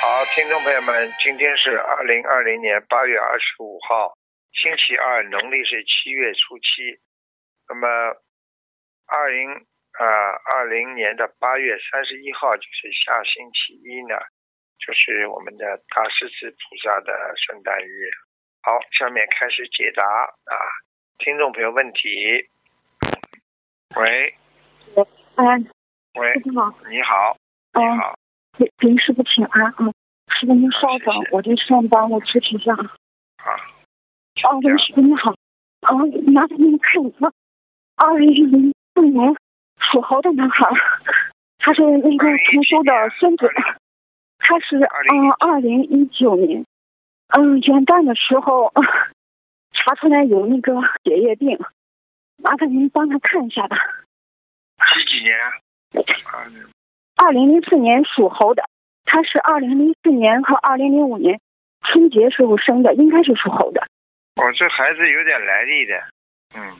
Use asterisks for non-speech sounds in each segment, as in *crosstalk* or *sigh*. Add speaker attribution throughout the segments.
Speaker 1: 好，听众朋友们，今天是二零二零年八月二十五号，星期二，农历是七月初七。那么，二零啊二零年的八月三十一号，就是下星期一呢，就是我们的大势至菩萨的圣诞日。好，下面开始解答啊，听众朋友问题。喂
Speaker 2: 哎，
Speaker 1: 喂
Speaker 2: 师，傅好，
Speaker 1: 你好，你
Speaker 2: 嗯
Speaker 1: 好，
Speaker 2: 给给师傅请安啊！师傅您稍等
Speaker 1: 谢谢，
Speaker 2: 我这上班我去请假。啊，
Speaker 1: 请
Speaker 2: 喂，
Speaker 1: 讲
Speaker 2: 师傅你好，啊，麻烦您看一个二零零四年属猴的男孩，他是那个同修的孙子，他是嗯二零一九年，嗯元旦的时候、啊查出来有那个血液病，麻烦您帮他看一下吧。
Speaker 1: 几几年？啊，
Speaker 2: 二零零四年属猴的，他是二零零四年和二零零五年春节时候生的，应该是属猴的。
Speaker 1: 我哦这孩子有点来历的，嗯，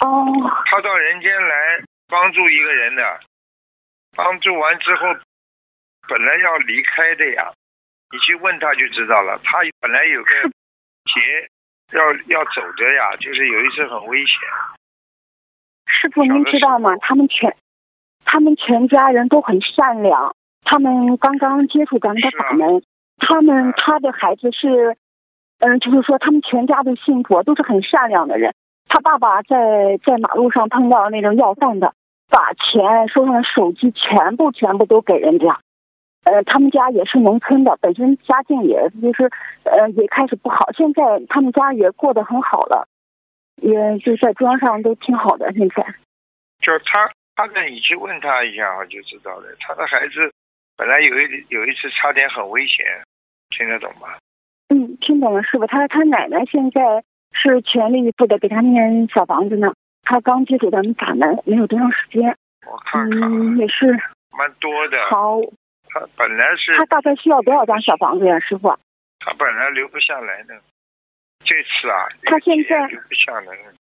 Speaker 2: 哦，
Speaker 1: 他到人间来帮助一个人的，帮助完之后，本来要离开的呀，你去问他就知道了。他本来有
Speaker 2: *laughs*
Speaker 1: 个劫要要走的呀，就是有一次很危险。
Speaker 2: 师傅您知道吗？他们全，他们全家人都很善良，他们刚刚接触咱们的
Speaker 1: 是啊
Speaker 2: 法门，他们
Speaker 1: 嗯
Speaker 2: 他的孩子是，嗯、就是说他们全家都信佛，都是很善良的人。他爸爸在在马路上碰到那种要饭的，把钱、手上的手机全部全部都给人家。呃，他们家也是农村的，本身家境也就是呃也开始不好，现在他们家也过得很好了，也就在庄上都挺好的。现在
Speaker 1: 就他他呢，你去问他一下，我就知道了。他的孩子本来有一有一次差点很危险，听得懂吗？
Speaker 2: 嗯，听懂了，师傅。他他奶奶现在是全力以赴的给他念小房子呢。他刚接触咱们法门，没有多长时间。
Speaker 1: 我看看，啊
Speaker 2: 嗯，也是
Speaker 1: 蛮多的。
Speaker 2: 好。
Speaker 1: 他本来是
Speaker 2: 他大概需要多少张小房子呀，师傅？
Speaker 1: 他本来留不下来的，这次啊，
Speaker 2: 他现在
Speaker 1: 留不下来了。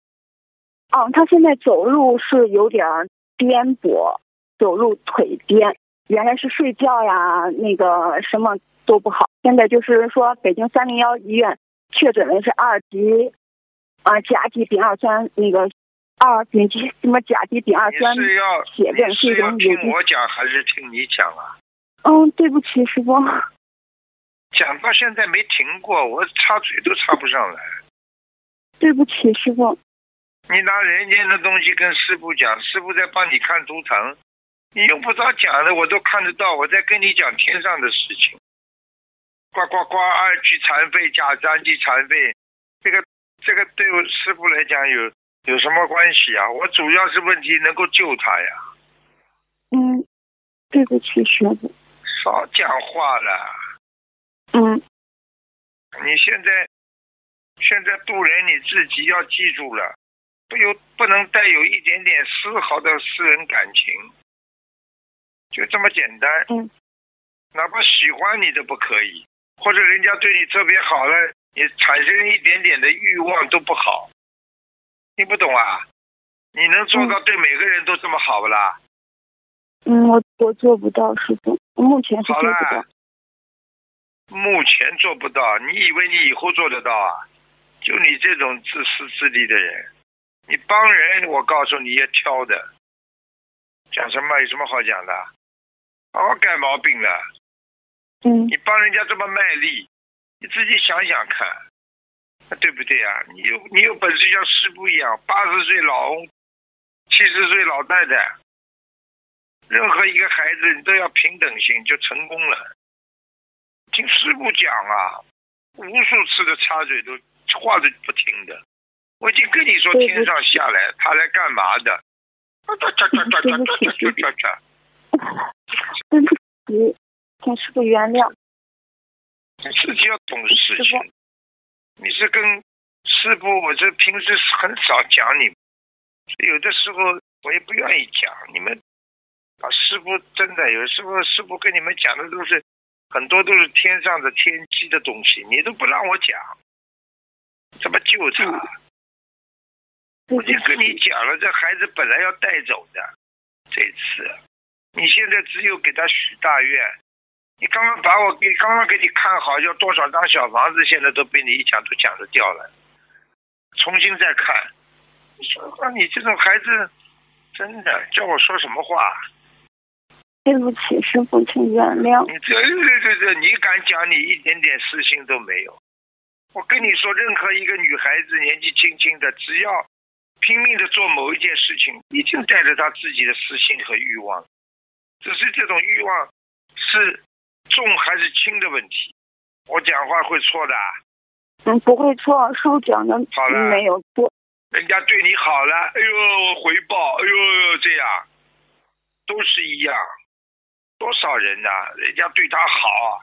Speaker 2: 啊，他现在走路是有点儿颠簸，走路腿颠。原来是睡觉呀，那个什么都不好。现在就是说，北京三零幺医院确诊为是二级，啊、甲级丙二酸那个二丙级什么甲级丙二
Speaker 1: 你
Speaker 2: 酸。
Speaker 1: 是要
Speaker 2: 血便
Speaker 1: 你
Speaker 2: 是一
Speaker 1: 是要
Speaker 2: 种有
Speaker 1: 听我讲还是听你讲啊？
Speaker 2: 嗯，对不起，师傅。 *laughs*
Speaker 1: 讲到现在没停过，我插嘴都插不上来。
Speaker 2: 对不起，师傅。
Speaker 1: 你拿人间的东西跟师傅讲，师傅在帮你看图腾，你用不着讲的，我都看得到。我在跟你讲天上的事情。呱呱呱，二级残废加三级残废，这个这个对我师傅来讲有有什么关系啊？我主要是问题能够救他呀。
Speaker 2: 嗯，对不起，师傅。
Speaker 1: 少讲话了！
Speaker 2: 嗯，
Speaker 1: 你现在现在渡人，你自己要记住了，不有不能带有一点点丝毫的私人感情，就这么简单。
Speaker 2: 嗯，
Speaker 1: 哪怕喜欢你都不可以，或者人家对你特别好了，你产生一点点的欲望都不好。听不懂啊？你能做到对每个人都这么好不啦？
Speaker 2: 嗯，我我做不到，师傅。我目前是
Speaker 1: 好
Speaker 2: 做
Speaker 1: 了
Speaker 2: 不到。，
Speaker 1: 目前做不到，你以为你以后做得到啊？就你这种自私自利的人，你帮人，我告诉你也挑的，讲什么有什么好讲的？好好改毛病了，
Speaker 2: 嗯
Speaker 1: 你帮人家这么卖力，你自己想想看，对不对啊？你有你有本事像师傅一样，八十岁老翁，七十岁老太太，任何一个孩子你都要平等心，就成功了。听师傅讲啊，无数次的插嘴都话都不听的。我已经跟你说
Speaker 2: 对不
Speaker 1: 天上下来，他来干嘛的？啊
Speaker 2: 对不起对不对不起，请师傅原谅。
Speaker 1: 你自己要懂事情。你是跟师傅，我这平时很少讲你，有的时候我也不愿意讲。你们啊，师傅真的有时候师傅跟你们讲的都是很多都是天上的天机的东西，你都不让我讲，怎么救他？
Speaker 2: 嗯对
Speaker 1: 我
Speaker 2: 不
Speaker 1: 就
Speaker 2: 起，
Speaker 1: 跟你讲了，这孩子本来要带走的，这次你现在只有给他许大愿，你刚刚把我给刚刚给你看好要多少张小房子，现在都被你一讲都讲得掉了，重新再看。你说那你这种孩子，真的叫我说什么话？
Speaker 2: 对不起，师傅，请原谅。
Speaker 1: 你这这这这，你敢讲你一点点私心都没有？我跟你说，任何一个女孩子年纪轻轻的，只要拼命的做某一件事情，一定带着她自己的私心和欲望。只是这种欲望是重还是轻的问题。我讲话会错的，啊
Speaker 2: 嗯，不会错，师傅讲的
Speaker 1: 好了
Speaker 2: 没有错。
Speaker 1: 人家对你好了，哎呦回报，哎呦这样，都是一样。多少人呐、人家对他好，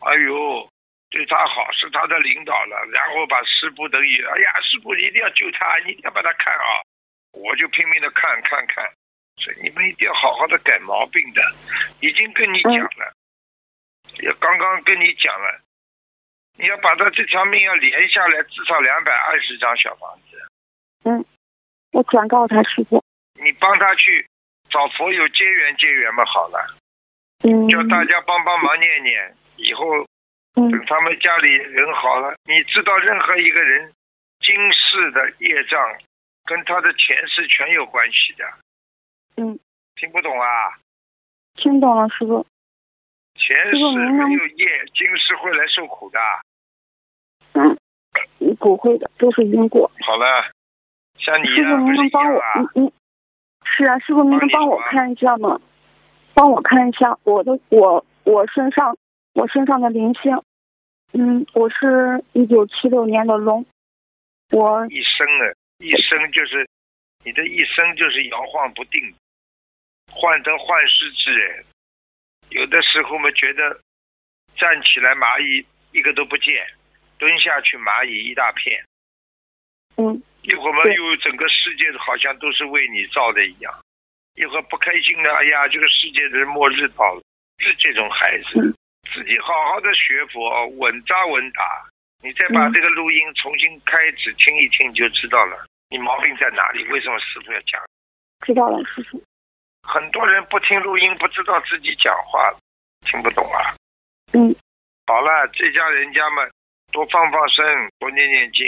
Speaker 1: 哎呦，对他好是他的领导了，然后把师傅等于，哎呀，师傅你一定要救他，你一定要把他看好，我就拼命的看看看，所以你们一定要好好的改毛病的，已经跟你讲了，也刚刚跟你讲了，你要把他这条命要连下来，至少两百二十张小房子，
Speaker 2: 我转告他师傅，
Speaker 1: 你帮他去找佛友结缘结缘嘛，好了。
Speaker 2: 嗯，
Speaker 1: 叫大家帮帮忙念念，以后
Speaker 2: 嗯
Speaker 1: 等他们家里人好了，你知道任何一个人今世的业障跟他的前世全有关系的。
Speaker 2: 嗯，
Speaker 1: 听不懂啊？
Speaker 2: 听懂了，师傅。
Speaker 1: 前
Speaker 2: 师傅
Speaker 1: 世
Speaker 2: 您能
Speaker 1: 没有业，今世会来受苦的。
Speaker 2: 你不会的，都是因果。
Speaker 1: 好了，像你
Speaker 2: 师
Speaker 1: 呀、
Speaker 2: 傅，
Speaker 1: 不
Speaker 2: 您
Speaker 1: 是
Speaker 2: 能
Speaker 1: 一
Speaker 2: 帮
Speaker 1: 样
Speaker 2: 我？
Speaker 1: 啊？
Speaker 2: 嗯嗯，是啊，师傅，您
Speaker 1: 帮
Speaker 2: 能
Speaker 1: 你
Speaker 2: 帮
Speaker 1: 什
Speaker 2: 我
Speaker 1: 么
Speaker 2: 看一下吗？帮我看一下我的我我身上我身上的灵性。嗯，我是一九七六年的龙，我
Speaker 1: 一生啊，一生就是你的一生就是摇晃不定的，患得患失之人。有的时候嘛，觉得站起来蚂蚁一个都不见，蹲下去蚂蚁一大片。
Speaker 2: 嗯
Speaker 1: 一会儿嘛，
Speaker 2: 对
Speaker 1: 又整个世界好像都是为你造的一样。一会儿不开心了，哎呀，这个世界的末日到了，是这种孩子
Speaker 2: 嗯，
Speaker 1: 自己好好的学佛，稳扎稳打。你再把
Speaker 2: 嗯
Speaker 1: 这个录音重新开始听一听，你就知道了，你毛病在哪里？为什么师傅要讲？
Speaker 2: 知道了，师傅。
Speaker 1: 很多人不听录音，不知道自己讲话，听不懂啊。
Speaker 2: 嗯，
Speaker 1: 好了，这家人家嘛，多放放生，多念念经。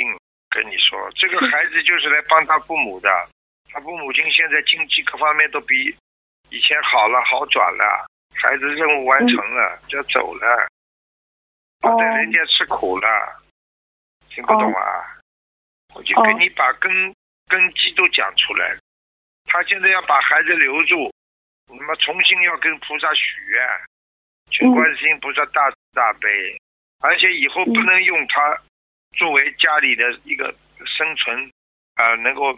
Speaker 1: 跟你说，这个
Speaker 2: 嗯
Speaker 1: 孩子就是来帮他父母的，他父母亲现在经济各方面都比以前好了，好转了，孩子任务完成了，就要走了，他
Speaker 2: 哦
Speaker 1: 在人间吃苦了，听不懂啊？我就跟
Speaker 2: 哦
Speaker 1: 你把根根基都讲出来了，他现在要把孩子留住，那么重新要跟菩萨许愿，请
Speaker 2: 嗯
Speaker 1: 观世音菩萨大慈大悲，而且以后不能用它作为家里的一个生存，啊、能够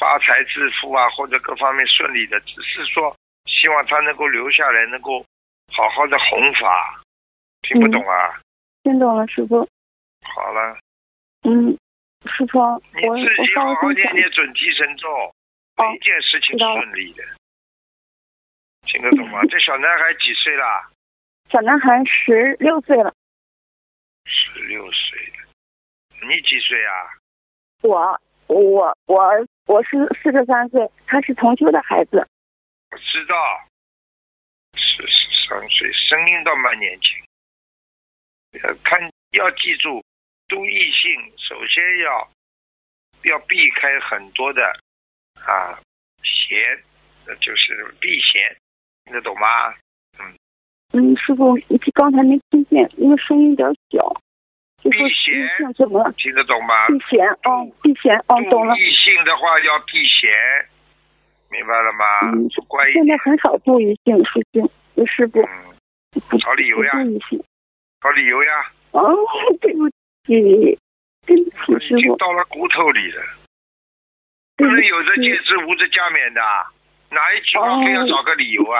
Speaker 1: 发财致富啊，或者各方面顺利的，只是说希望他能够留下来，能够好好的弘法，听不懂啊？
Speaker 2: 听懂了，师傅。
Speaker 1: 好了，
Speaker 2: 嗯，师傅，我
Speaker 1: 你
Speaker 2: 我
Speaker 1: 自己
Speaker 2: 稍
Speaker 1: 好
Speaker 2: 微
Speaker 1: 好
Speaker 2: 分
Speaker 1: 念
Speaker 2: 享。
Speaker 1: 念准提神咒，每一件事情
Speaker 2: 哦知道了
Speaker 1: 顺利的，听得
Speaker 2: *laughs*
Speaker 1: 懂吗？这小男孩几岁啦？
Speaker 2: 小男孩十六岁了，
Speaker 1: 十六岁的，你几岁啊？
Speaker 2: 我我我儿我是四十三岁，他是同修的孩子。
Speaker 1: 我知道，十十三岁，声音倒蛮年轻。呃，看要记住，读异性首先要要避开很多的啊邪，呃就是避嫌，听得懂吗？
Speaker 2: 嗯，师傅，你刚才没听见，因为声音有点小，就说
Speaker 1: 避嫌
Speaker 2: 异性怎么了？
Speaker 1: 听得懂吗？
Speaker 2: 避嫌哦，避嫌哦，懂了
Speaker 1: 读。异性的话要避嫌，明白了吗？
Speaker 2: 嗯
Speaker 1: 就乖一
Speaker 2: 现在
Speaker 1: 点。
Speaker 2: 很少注意性，师兄，师傅
Speaker 1: 嗯，
Speaker 2: 不
Speaker 1: 找理由
Speaker 2: 不
Speaker 1: 呀
Speaker 2: 注意性。
Speaker 1: 找理由呀，
Speaker 2: 哦，对不起，对不
Speaker 1: 已
Speaker 2: 起，师
Speaker 1: 经
Speaker 2: 傅，
Speaker 1: 到了骨头里了。
Speaker 2: 对
Speaker 1: 不
Speaker 2: 不
Speaker 1: 能
Speaker 2: 起，
Speaker 1: 有着戒之无着加勉的，哪一句话非要找个理由啊？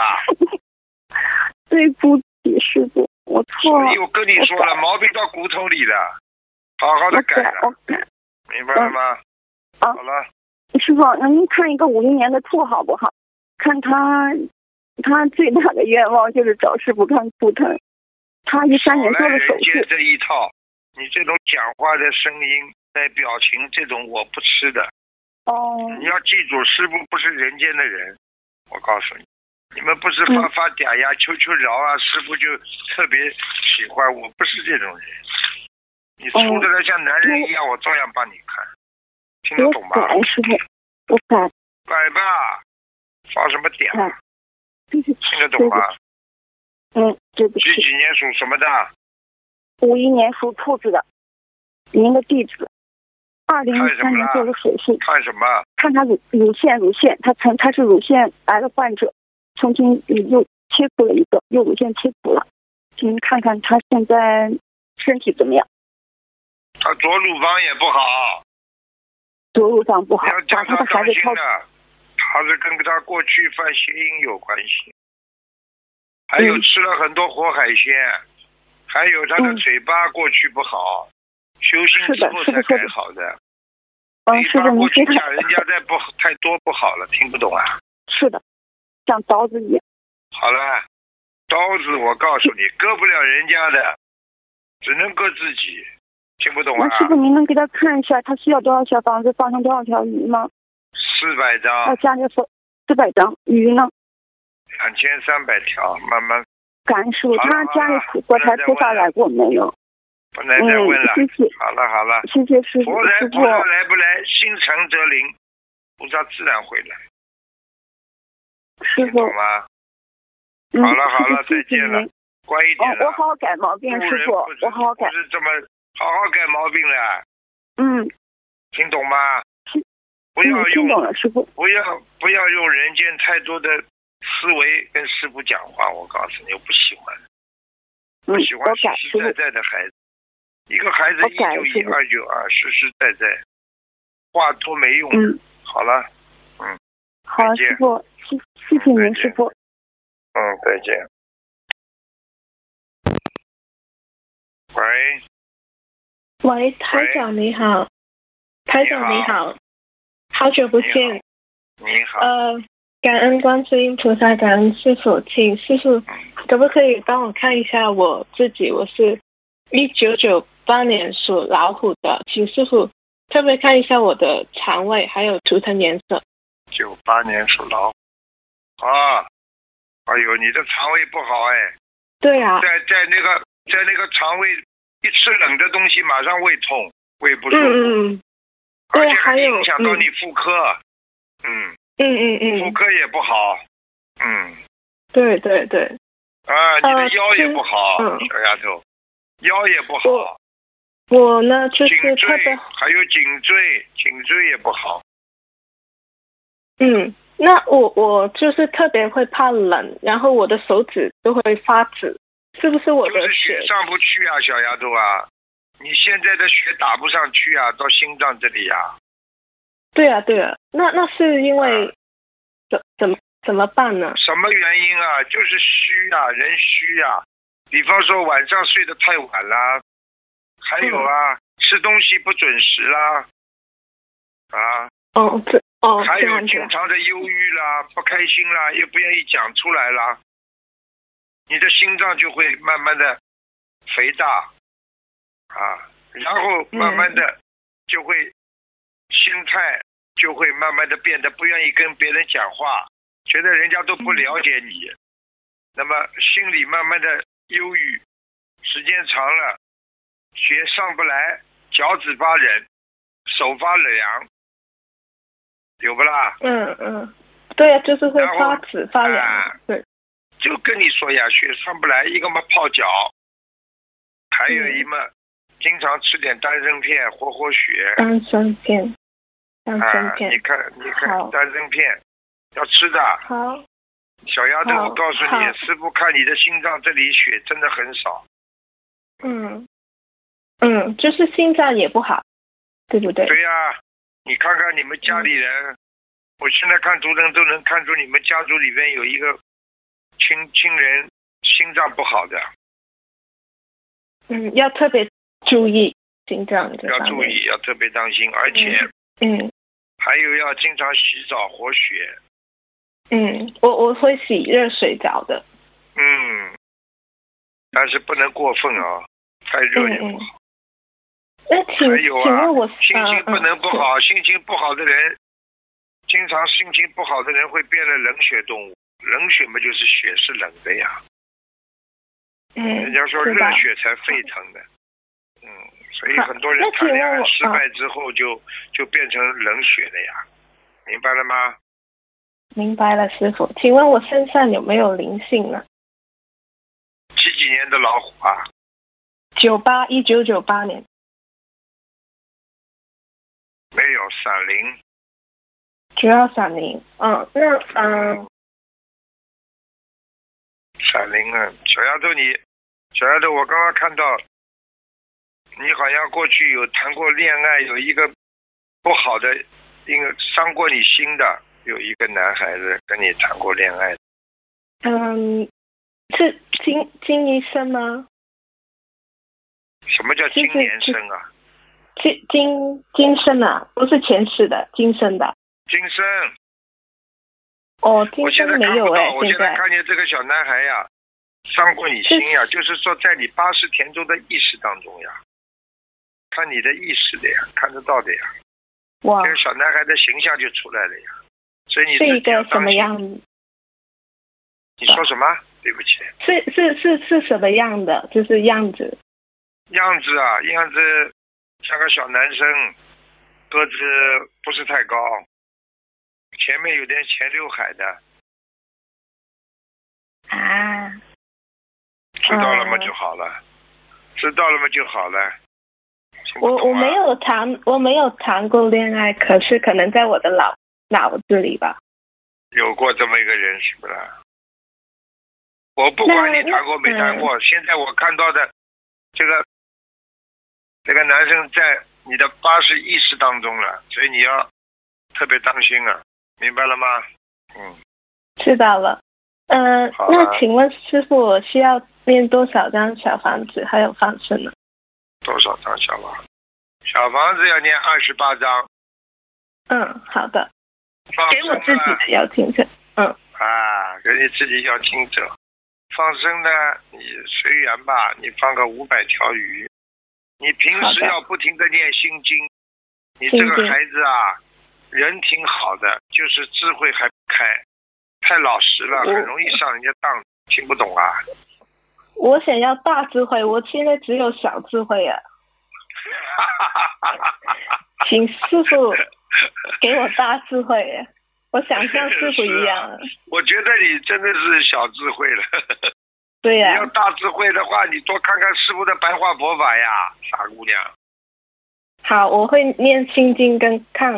Speaker 2: 对不起，师傅，我错
Speaker 1: 所
Speaker 2: 了
Speaker 1: 以，我跟你说
Speaker 2: 我
Speaker 1: 了，
Speaker 2: 改
Speaker 1: 毛病到骨头里了，好好
Speaker 2: 我
Speaker 1: 的改
Speaker 2: 改，
Speaker 1: 了
Speaker 2: 我，改。
Speaker 1: 明白了吗？
Speaker 2: 嗯
Speaker 1: 好了，
Speaker 2: 师傅，那您看一个五一年的兔好不好？看他，他最大的愿望就是找师傅看图腾。他一三年
Speaker 1: 少
Speaker 2: 做
Speaker 1: 来
Speaker 2: 了手
Speaker 1: 人间
Speaker 2: 术，
Speaker 1: 这一套，你这种讲话的声音、带表情，这种我不吃的。
Speaker 2: 哦，
Speaker 1: 你要记住，师傅不是人间的人，我告诉你，你们不是
Speaker 2: 嗯
Speaker 1: 发发嗲呀、求求饶啊，师傅就特别喜欢。我不是这种人，你
Speaker 2: 哦
Speaker 1: 处的来像男人一样，我照样帮你看，听得
Speaker 2: 我
Speaker 1: 懂吗？
Speaker 2: 改师傅，我改
Speaker 1: 改吧，发什么嗲？
Speaker 2: 嗯对不起，
Speaker 1: 听得懂吗？
Speaker 2: 嗯，对不起
Speaker 1: 几，几年属什么的？
Speaker 2: 五一年属兔子的，您的地址，二零一三年做的手术，
Speaker 1: 看什么？
Speaker 2: 看他乳乳腺乳腺，他曾他是乳腺癌的患者，曾经又切除了一个，右乳腺切除了，请您看看他现在身体怎么样，
Speaker 1: 他左乳房也不好，
Speaker 2: 左乳房不好
Speaker 1: 你要，
Speaker 2: 把
Speaker 1: 叫
Speaker 2: 他
Speaker 1: 他
Speaker 2: 的
Speaker 1: 当
Speaker 2: 孩子
Speaker 1: 心
Speaker 2: 超
Speaker 1: 的。他是跟他过去犯邪淫有关系，还有
Speaker 2: 嗯
Speaker 1: 吃了很多活海鲜，还有他的
Speaker 2: 嗯
Speaker 1: 嘴巴过去不好，修心
Speaker 2: 是
Speaker 1: 之
Speaker 2: 的
Speaker 1: 后
Speaker 2: 是
Speaker 1: 才
Speaker 2: 的
Speaker 1: 改
Speaker 2: 是的
Speaker 1: 好的。
Speaker 2: 嗯，
Speaker 1: 嘴
Speaker 2: 师
Speaker 1: 巴
Speaker 2: 傅您
Speaker 1: 过去
Speaker 2: 给他
Speaker 1: 讲人家再不好太多不好了，听不懂啊？
Speaker 2: 是的，像刀子一样，
Speaker 1: 好了，刀子我告诉你，割不了人家的，只能割自己，听不懂啊
Speaker 2: 那？师傅您能给他看一下他需要多少小房子放生多少条鱼吗？
Speaker 1: 四百张
Speaker 2: 要，加着说四百张鱼呢？
Speaker 1: 两千三百条，慢慢
Speaker 2: 感恩师傅，
Speaker 1: 好了
Speaker 2: 他
Speaker 1: 好
Speaker 2: 家
Speaker 1: 了
Speaker 2: 里菩国台菩萨来过没有？
Speaker 1: 不能
Speaker 2: 嗯
Speaker 1: 再问了。，
Speaker 2: 谢谢
Speaker 1: 好了好了，
Speaker 2: 谢谢 *laughs* 师傅
Speaker 1: 佛来
Speaker 2: 师傅
Speaker 1: 菩，萨来不来，心诚则灵，菩萨自然会来，
Speaker 2: 师
Speaker 1: 听
Speaker 2: 傅
Speaker 1: 懂，吗？
Speaker 2: 嗯，
Speaker 1: 好了好了
Speaker 2: 师傅
Speaker 1: 再见了
Speaker 2: 谢谢您
Speaker 1: 乖一点
Speaker 2: 哦，我
Speaker 1: 了，
Speaker 2: 好好改毛病，
Speaker 1: 误
Speaker 2: 师
Speaker 1: 人
Speaker 2: 傅
Speaker 1: 不，是
Speaker 2: 我好好改
Speaker 1: 不，是这么好好改毛病了，
Speaker 2: 嗯，
Speaker 1: 听懂吗
Speaker 2: 听？
Speaker 1: 不
Speaker 2: 嗯
Speaker 1: 要
Speaker 2: 听
Speaker 1: 用
Speaker 2: 懂了，师傅，
Speaker 1: 不要不要用人间太多的思维跟师傅讲话，我告诉你，我不喜欢，
Speaker 2: 嗯，
Speaker 1: 我喜欢
Speaker 2: 我
Speaker 1: 实
Speaker 2: 改，
Speaker 1: 实
Speaker 2: 师
Speaker 1: 在
Speaker 2: 傅，
Speaker 1: 在的孩子。一个孩子
Speaker 2: 我
Speaker 1: 一
Speaker 2: 改
Speaker 1: 就
Speaker 2: 师
Speaker 1: 一，
Speaker 2: 傅
Speaker 1: 二就二，实实在在，话多没用。
Speaker 2: 嗯，
Speaker 1: 好了，
Speaker 2: 好
Speaker 1: 再，见
Speaker 2: 师傅，谢谢谢
Speaker 1: 嗯再
Speaker 2: 您，
Speaker 1: 见
Speaker 2: 师傅。
Speaker 1: 嗯，再见。喂，
Speaker 3: 喂，台长你好，台长
Speaker 1: 你
Speaker 3: 你
Speaker 1: 好
Speaker 3: 好，好久不见。
Speaker 1: 你好，
Speaker 3: 呃，感恩观世音菩萨，感恩师傅，请师傅可不可以帮我看一下我自己？我是一九九八年属老虎的，请师傅特别看一下我的肠胃还有图腾颜色。
Speaker 1: 九八年属老虎啊，哎呦，你的肠胃不好哎，
Speaker 3: 对啊，
Speaker 1: 在在那个在那个肠胃一吃冷的东西马上胃痛，胃不舒
Speaker 3: 嗯
Speaker 1: 服，
Speaker 3: 嗯
Speaker 1: 而
Speaker 3: 对
Speaker 1: 且
Speaker 3: 还有
Speaker 1: 影响到你妇科，嗯，
Speaker 3: 嗯嗯嗯
Speaker 1: 妇
Speaker 3: 嗯，
Speaker 1: 科也不好，嗯
Speaker 3: 对对对，
Speaker 1: 啊，你的
Speaker 3: 呃
Speaker 1: 腰也不好，
Speaker 3: 嗯
Speaker 1: 小丫头，腰也不好
Speaker 3: 我，我呢就是
Speaker 1: 颈
Speaker 3: 特
Speaker 1: 椎
Speaker 3: 别
Speaker 1: 还有颈椎，颈椎也不好。
Speaker 3: 嗯，那我我就是特别会怕冷，然后我的手指都会发紫，是不是我的
Speaker 1: 就是
Speaker 3: 血
Speaker 1: 血？上不去啊，小丫头啊，你现在的血打不上去啊，到心脏这里啊，
Speaker 3: 对啊，对啊，那那是因为怎怎么怎么办呢？
Speaker 1: 什么原因啊？就是虚啊，人虚啊。比方说晚上睡得太晚啦，还有啊，
Speaker 3: 嗯
Speaker 1: 吃东西不准时啦，啊，
Speaker 3: 哦，这哦
Speaker 1: 还
Speaker 3: 这
Speaker 1: 有
Speaker 3: 样子
Speaker 1: 经
Speaker 3: 啊，
Speaker 1: 常的忧郁啦、不开心啦，又不愿意讲出来啦，你的心脏就会慢慢的肥大啊，然后慢慢的就会心态就会慢慢的变得不愿意跟别人讲话，觉得人家都不了解你，那么心里慢慢的忧郁，时间长了，血上不来，脚趾发冷，手发凉，有不啦？
Speaker 3: 嗯嗯，对啊，就是会
Speaker 1: 然后
Speaker 3: 发紫发凉，
Speaker 1: 啊
Speaker 3: 对，
Speaker 1: 就跟你说呀，血上不来，一个嘛泡脚，还有一嘛，经常吃点丹参片活活血。
Speaker 3: 丹参片，嗯丹参
Speaker 1: 啊，
Speaker 3: 片
Speaker 1: 你，看，你看
Speaker 3: 好
Speaker 1: 丹参片，要吃的。
Speaker 3: 好，
Speaker 1: 小丫头，
Speaker 3: 好
Speaker 1: 我告诉
Speaker 3: 好
Speaker 1: 你，师傅看你的心脏这里血真的很少，
Speaker 3: 嗯嗯，就是心脏也不好，对不对？嗯
Speaker 1: 对呀、你看看你们家里人，我现在看图腾都能看出你们家族里边有一个亲亲人心脏不好的，
Speaker 3: 嗯，要特别注意心脏这
Speaker 1: 要
Speaker 3: 方
Speaker 1: 注
Speaker 3: 面，
Speaker 1: 意，要特别当心，而且
Speaker 3: 嗯。
Speaker 1: 还有要经常洗澡活血。
Speaker 3: 嗯，我我会洗热水澡的。
Speaker 1: 嗯，但是不能过分啊，太热
Speaker 3: 嗯
Speaker 1: 也不
Speaker 3: 嗯
Speaker 1: 好。。
Speaker 3: 那请、
Speaker 1: 还有啊
Speaker 3: 请问我呃
Speaker 1: 心情不能不。
Speaker 3: 啊
Speaker 1: 好，心情不好的人，经常心情不好的人会变得冷血动物，冷血嘛，就是血是冷的呀。
Speaker 3: 嗯
Speaker 1: 人，家说
Speaker 3: 知
Speaker 1: 热
Speaker 3: 道
Speaker 1: 血才沸腾的，嗯，所以
Speaker 3: 好
Speaker 1: 很多人
Speaker 3: 那请
Speaker 1: 谈恋
Speaker 3: 问
Speaker 1: 爱
Speaker 3: 我嗯
Speaker 1: 失败之后就就变成冷血了呀，明白了吗？
Speaker 3: 明白了，师傅。请问我身上有没有灵性呢？
Speaker 1: 几几年的老虎啊？
Speaker 3: 九八一九九八年
Speaker 1: 没有闪灵，
Speaker 3: 主要闪灵。嗯，那嗯，
Speaker 1: 闪灵啊！小丫头你，小丫头，我刚刚看到你好像过去有谈过恋爱，有一个不好的，应该伤过你心的，有一个男孩子跟你谈过恋爱，
Speaker 3: 嗯，是金金医生吗？
Speaker 1: 什么叫今年生啊？
Speaker 3: 金金今生啊，不是前世的，今生的。
Speaker 1: 今生，
Speaker 3: 哦，今
Speaker 1: 我现在
Speaker 3: 生没
Speaker 1: 看
Speaker 3: 有
Speaker 1: 不
Speaker 3: 哎、
Speaker 1: 到，我
Speaker 3: 现
Speaker 1: 现在
Speaker 3: 在
Speaker 1: 看见这个小男孩呀、伤过你心呀、就是说在你八十田中的意识当中呀，看你的意识的呀，看得到的呀。
Speaker 3: 哇
Speaker 1: 这，个小男孩的形象就出来了呀。所以你
Speaker 3: 是
Speaker 1: 自
Speaker 3: 一
Speaker 1: 己要
Speaker 3: 个什
Speaker 1: 当
Speaker 3: 么
Speaker 1: 心？
Speaker 3: 样？
Speaker 1: 你说什么？对不起，
Speaker 3: 是是是是什么样的？就是样子。
Speaker 1: 样子啊，样子像个小男生，个子不是太高，前面有点前刘海的，
Speaker 3: 啊，
Speaker 1: 知道了吗？
Speaker 3: 嗯
Speaker 1: 就好了，知道了吗？就好了。听不
Speaker 3: 我
Speaker 1: 懂
Speaker 3: 我
Speaker 1: 啊
Speaker 3: 没有谈，我没有谈过恋爱，可是可能在我的脑脑子里吧。
Speaker 1: 有过这么一个人，是不啦？我不管
Speaker 3: 那嗯
Speaker 1: 你谈过没谈过，现在我看到的这个这个男生在你的八十意识当中了，所以你要特别当心啊，明白了吗？嗯，
Speaker 3: 知道了。嗯、
Speaker 1: 好啊
Speaker 3: 那请问师傅，我需要念多少张小房子还有放生呢？
Speaker 1: 多少张小房？小房子要念二十八张，
Speaker 3: 嗯，好的，
Speaker 1: 放
Speaker 3: 给
Speaker 1: 生啊
Speaker 3: 我自己
Speaker 1: 呢
Speaker 3: 的要听着。
Speaker 1: 啊，给你自己要清者。放生呢，你随缘吧，你放个五百条鱼。你平
Speaker 3: 好
Speaker 1: 时
Speaker 3: 的
Speaker 1: 要不停的念心经。你这
Speaker 3: 心
Speaker 1: 个
Speaker 3: 经
Speaker 1: 孩子啊，人挺好的，就是智慧还不开，太老实了，
Speaker 3: 我
Speaker 1: 很容易上人家当。听不懂啊？
Speaker 3: 我想要大智慧，我现在只有小智慧 *laughs* 啊，请师傅给我大智慧啊，我想像师傅一样啊。
Speaker 1: 我觉得你真的是小智慧了。*laughs*
Speaker 3: 对
Speaker 1: 你
Speaker 3: 呀、
Speaker 1: 要大智慧的话，你多看看师傅的白话佛法呀，傻姑娘。
Speaker 3: 好，我会念心经跟看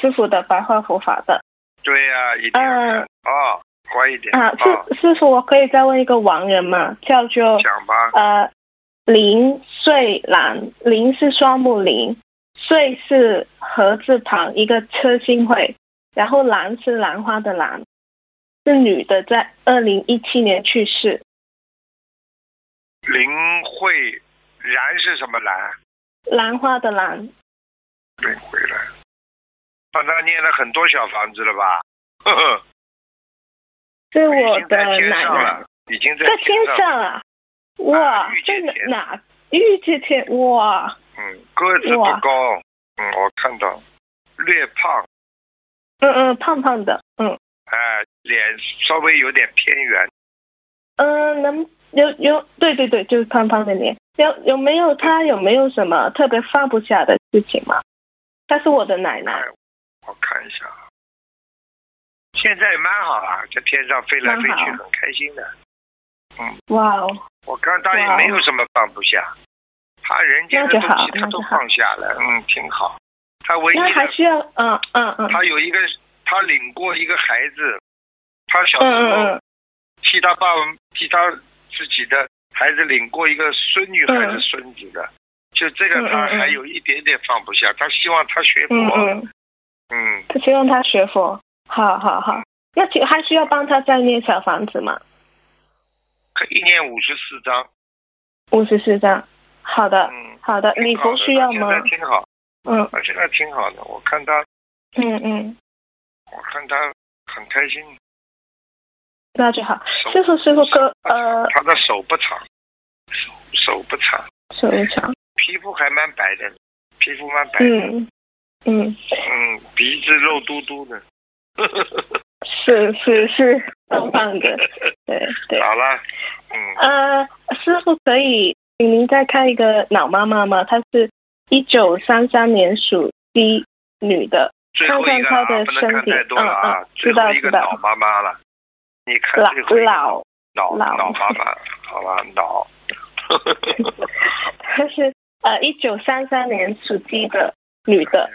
Speaker 3: 师傅的白话佛法的。
Speaker 1: 对呀、一定要看
Speaker 3: 嗯
Speaker 1: 哦，乖一点
Speaker 3: 啊，
Speaker 1: 哦
Speaker 3: 师师傅，我可以再问一个亡人吗？叫做
Speaker 1: 讲吧。
Speaker 3: 呃林穗兰，林是双木林，穗是禾字旁一个车心会，然后兰是兰花的兰，是女的，在二零一七年去世，
Speaker 1: 林慧然是什么兰？
Speaker 3: 兰花的兰。
Speaker 1: 林慧然，帮他念了很多小房子了吧？呵呵，
Speaker 3: 是
Speaker 1: *laughs* 已
Speaker 3: 我
Speaker 1: 经
Speaker 3: 的
Speaker 1: 在天
Speaker 3: 奶
Speaker 1: 上
Speaker 3: 奶，
Speaker 1: 了，已经在
Speaker 3: 在
Speaker 1: 天上了。
Speaker 3: 天上啊！哇
Speaker 1: 啊，御
Speaker 3: 在
Speaker 1: 姐天
Speaker 3: 哪？遇见天哇！
Speaker 1: 嗯，个子不
Speaker 3: 哇
Speaker 1: 高，嗯，我看到，略胖，
Speaker 3: 嗯嗯，胖胖的，嗯
Speaker 1: 哎、脸稍微有点偏圆，
Speaker 3: 嗯、呃能有有，对对对，就是胖胖的脸。有有没有他有没有什么特别放不下的事情吗？她是我的奶
Speaker 1: 哎
Speaker 3: 奶，，
Speaker 1: 我看一下啊。现在蛮好啊，在天上飞来飞去，
Speaker 3: 蛮
Speaker 1: 很开心的。
Speaker 3: 哇哦，
Speaker 1: 我看他也
Speaker 3: 哇
Speaker 1: 没有什么放不下，他人间的
Speaker 3: 那
Speaker 1: 东
Speaker 3: 就好
Speaker 1: 西他
Speaker 3: 那就
Speaker 1: 都
Speaker 3: 好
Speaker 1: 放下了，嗯，挺好。他唯一
Speaker 3: 那
Speaker 1: 的
Speaker 3: 还需要嗯嗯嗯
Speaker 1: 他有一个，他领过一个孩子，他小时
Speaker 3: 嗯嗯
Speaker 1: 候
Speaker 3: 嗯，
Speaker 1: 替他爸爸、替他自己的孩子领过一个孙女还是
Speaker 3: 嗯
Speaker 1: 孙子的，就这个
Speaker 3: 嗯嗯
Speaker 1: 他
Speaker 3: 嗯
Speaker 1: 还有一点点放不下，他希望他学
Speaker 3: 嗯
Speaker 1: 佛，
Speaker 3: 嗯，
Speaker 1: 嗯，
Speaker 3: 她希望他学佛，好好好。那就还需要帮他再念小房子吗？
Speaker 1: 可一年五十四章，
Speaker 3: 五十四张，好的
Speaker 1: 嗯，
Speaker 3: 好的，礼
Speaker 1: 挺好
Speaker 3: 佛
Speaker 1: 的
Speaker 3: 需要吗
Speaker 1: 他现？在啊挺好，
Speaker 3: 嗯
Speaker 1: 他现在挺好的，我看他，
Speaker 3: 嗯嗯，
Speaker 1: 我看他很开心，
Speaker 3: 那就好。
Speaker 1: 手
Speaker 3: 师傅师傅哥，呃，
Speaker 1: 他的手不长，手手不长，
Speaker 3: 手一长，
Speaker 1: 皮肤还蛮白的，皮肤蛮白的。
Speaker 3: 嗯嗯。
Speaker 1: 嗯，鼻子肉嘟嘟的。
Speaker 3: 是是是，棒棒的，对对。
Speaker 1: 好了，嗯，
Speaker 3: 呃，师傅可以请您再看一个老妈妈吗？她是一九三三年属鸡女的，
Speaker 1: 最后一个了
Speaker 3: 看看她
Speaker 1: 啊，
Speaker 3: 的
Speaker 1: 不能看
Speaker 3: 身体
Speaker 1: 太多了啊，
Speaker 3: 嗯嗯
Speaker 1: 最
Speaker 3: 知道
Speaker 1: 后一个
Speaker 3: 知道
Speaker 1: 老妈妈了，你看
Speaker 3: 老
Speaker 1: 最后一个
Speaker 3: 老，
Speaker 1: 脑
Speaker 3: 老
Speaker 1: 脑妈
Speaker 3: *laughs*
Speaker 1: 妈，好吧，脑，
Speaker 3: 她是呃一九三三年属鸡的女的，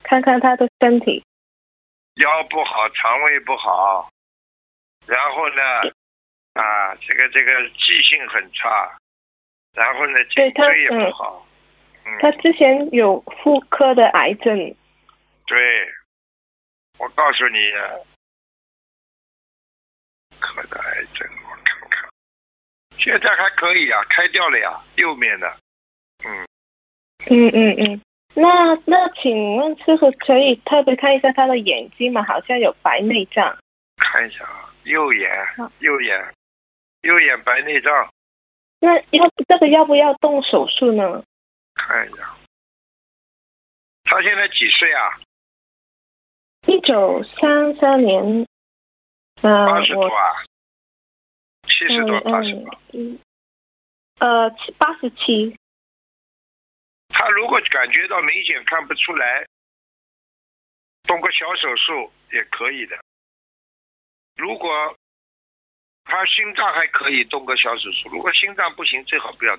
Speaker 3: 看看她的身体。
Speaker 1: 腰不好，肠胃不好，然后呢，啊，这个这个记性很差，然后呢，
Speaker 3: 对
Speaker 1: 颈
Speaker 3: 他
Speaker 1: 椎也不
Speaker 3: 嗯
Speaker 1: 好，嗯，
Speaker 3: 她之前有妇科的癌症，
Speaker 1: 对，我告诉你，可的癌症，我看看，现在还可以啊，开掉了呀，右面的，
Speaker 3: 嗯嗯嗯。那那请问师傅可以特别看一下她的眼睛吗？好像有白内障。
Speaker 1: 看一下啊，右眼
Speaker 3: 好，
Speaker 1: 右眼，右眼白内障，
Speaker 3: 那要这个要不要动手术呢？
Speaker 1: 看一下，他现在几岁啊？
Speaker 3: 一九三三年，呃，
Speaker 1: 八十多
Speaker 3: 我
Speaker 1: 啊？七十多，八十
Speaker 3: 嗯
Speaker 1: 多。
Speaker 3: 嗯，呃，八十七，
Speaker 1: 他如果感觉到明显看不出来，动个小手术也可以的。如果他心脏还可以动个小手术，如果心脏不行，最好不要。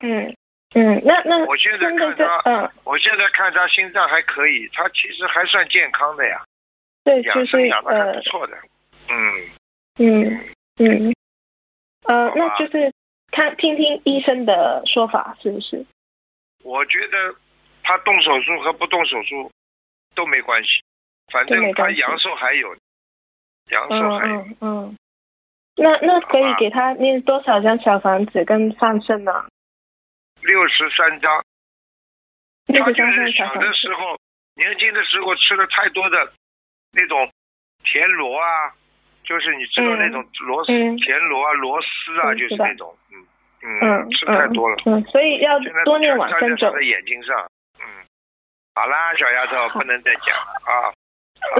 Speaker 3: 嗯嗯，那那
Speaker 1: 我现在
Speaker 3: 真的
Speaker 1: 看
Speaker 3: 是，
Speaker 1: 他，
Speaker 3: 嗯，
Speaker 1: 我现在看他心脏还可以，他其实还算健康的呀，
Speaker 3: 对，就
Speaker 1: 养
Speaker 3: 是
Speaker 1: 生养的还
Speaker 3: 呃
Speaker 1: 不，错的。嗯，
Speaker 3: 嗯嗯，呃
Speaker 1: 好吧，
Speaker 3: 那就是看听听医生的说法是不是？
Speaker 1: 我觉得他动手术和不动手术都没关系，反
Speaker 3: 都
Speaker 1: 正
Speaker 3: 没
Speaker 1: 他
Speaker 3: 关系
Speaker 1: 阳寿还有，阳寿
Speaker 3: 嗯
Speaker 1: 还有。
Speaker 3: 嗯嗯，那那可
Speaker 1: 好
Speaker 3: 以
Speaker 1: 吧
Speaker 3: 给他念多少张小房子跟上升呢？
Speaker 1: 六十三张，
Speaker 3: 六
Speaker 1: 他
Speaker 3: 十
Speaker 1: 就
Speaker 3: 张
Speaker 1: 是
Speaker 3: 小
Speaker 1: 小
Speaker 3: 房
Speaker 1: 的
Speaker 3: 子，
Speaker 1: 时候，年轻的时候吃了太多的那种田螺啊，就是你知道
Speaker 3: 嗯
Speaker 1: 那种螺丝、
Speaker 3: 嗯
Speaker 1: 田螺啊、螺丝啊，
Speaker 3: 嗯
Speaker 1: 就是
Speaker 3: 知道
Speaker 1: 那种，嗯
Speaker 3: 嗯
Speaker 1: 吃太多了。
Speaker 3: 嗯，所以要
Speaker 1: 现在
Speaker 3: 多念
Speaker 1: 全
Speaker 3: 往
Speaker 1: 粘
Speaker 3: 生
Speaker 1: 在他
Speaker 3: 咒。
Speaker 1: 的眼睛上，嗯，好啦，小丫头，不能再讲了啊，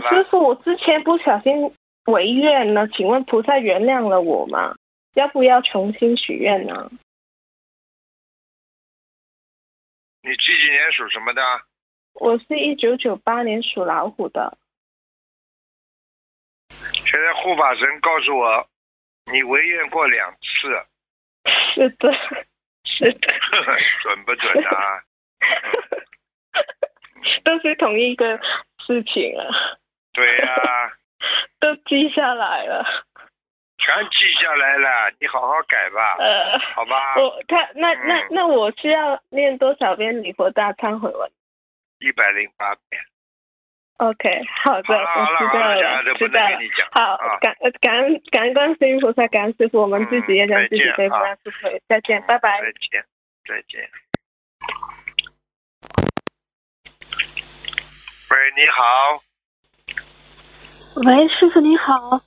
Speaker 1: 好
Speaker 3: 师
Speaker 1: 啦，
Speaker 3: 傅，我之前不小心违愿了，请问菩萨原谅了我吗？要不要重新许愿呢？
Speaker 1: 你几几年属什么的？
Speaker 3: 我是一九九八年属老虎的，
Speaker 1: 现在护法神告诉我，你违愿过两次， *laughs*
Speaker 3: 是的， *laughs* 是的，
Speaker 1: 准不准啊？
Speaker 3: 都是同一个事情啊，
Speaker 1: 对呀、
Speaker 3: 都记下来了。
Speaker 1: 全记下来了，你好好改吧，
Speaker 3: 呃，
Speaker 1: 好吧？
Speaker 3: 我他那那
Speaker 1: 嗯
Speaker 3: 那我是要念多少遍礼佛大忏悔文
Speaker 1: 一百零八遍。
Speaker 3: ？OK，好
Speaker 1: 好
Speaker 3: 的，
Speaker 1: 了好
Speaker 3: 我
Speaker 1: 了
Speaker 3: 知
Speaker 1: 好
Speaker 3: 道
Speaker 1: 了，小丫
Speaker 3: 了
Speaker 1: 头，
Speaker 3: 知
Speaker 1: 不
Speaker 3: 道
Speaker 1: 能
Speaker 3: 了
Speaker 1: 跟。你讲
Speaker 3: 好
Speaker 1: 啊，。
Speaker 3: 感呃感恩感恩观世音菩萨，感恩师傅，我们自己也让自己
Speaker 1: 嗯
Speaker 3: 对付，
Speaker 1: 再见
Speaker 3: 让师傅也再见，拜拜。
Speaker 1: 再见，再见。喂，你好，
Speaker 4: 喂，师傅你好，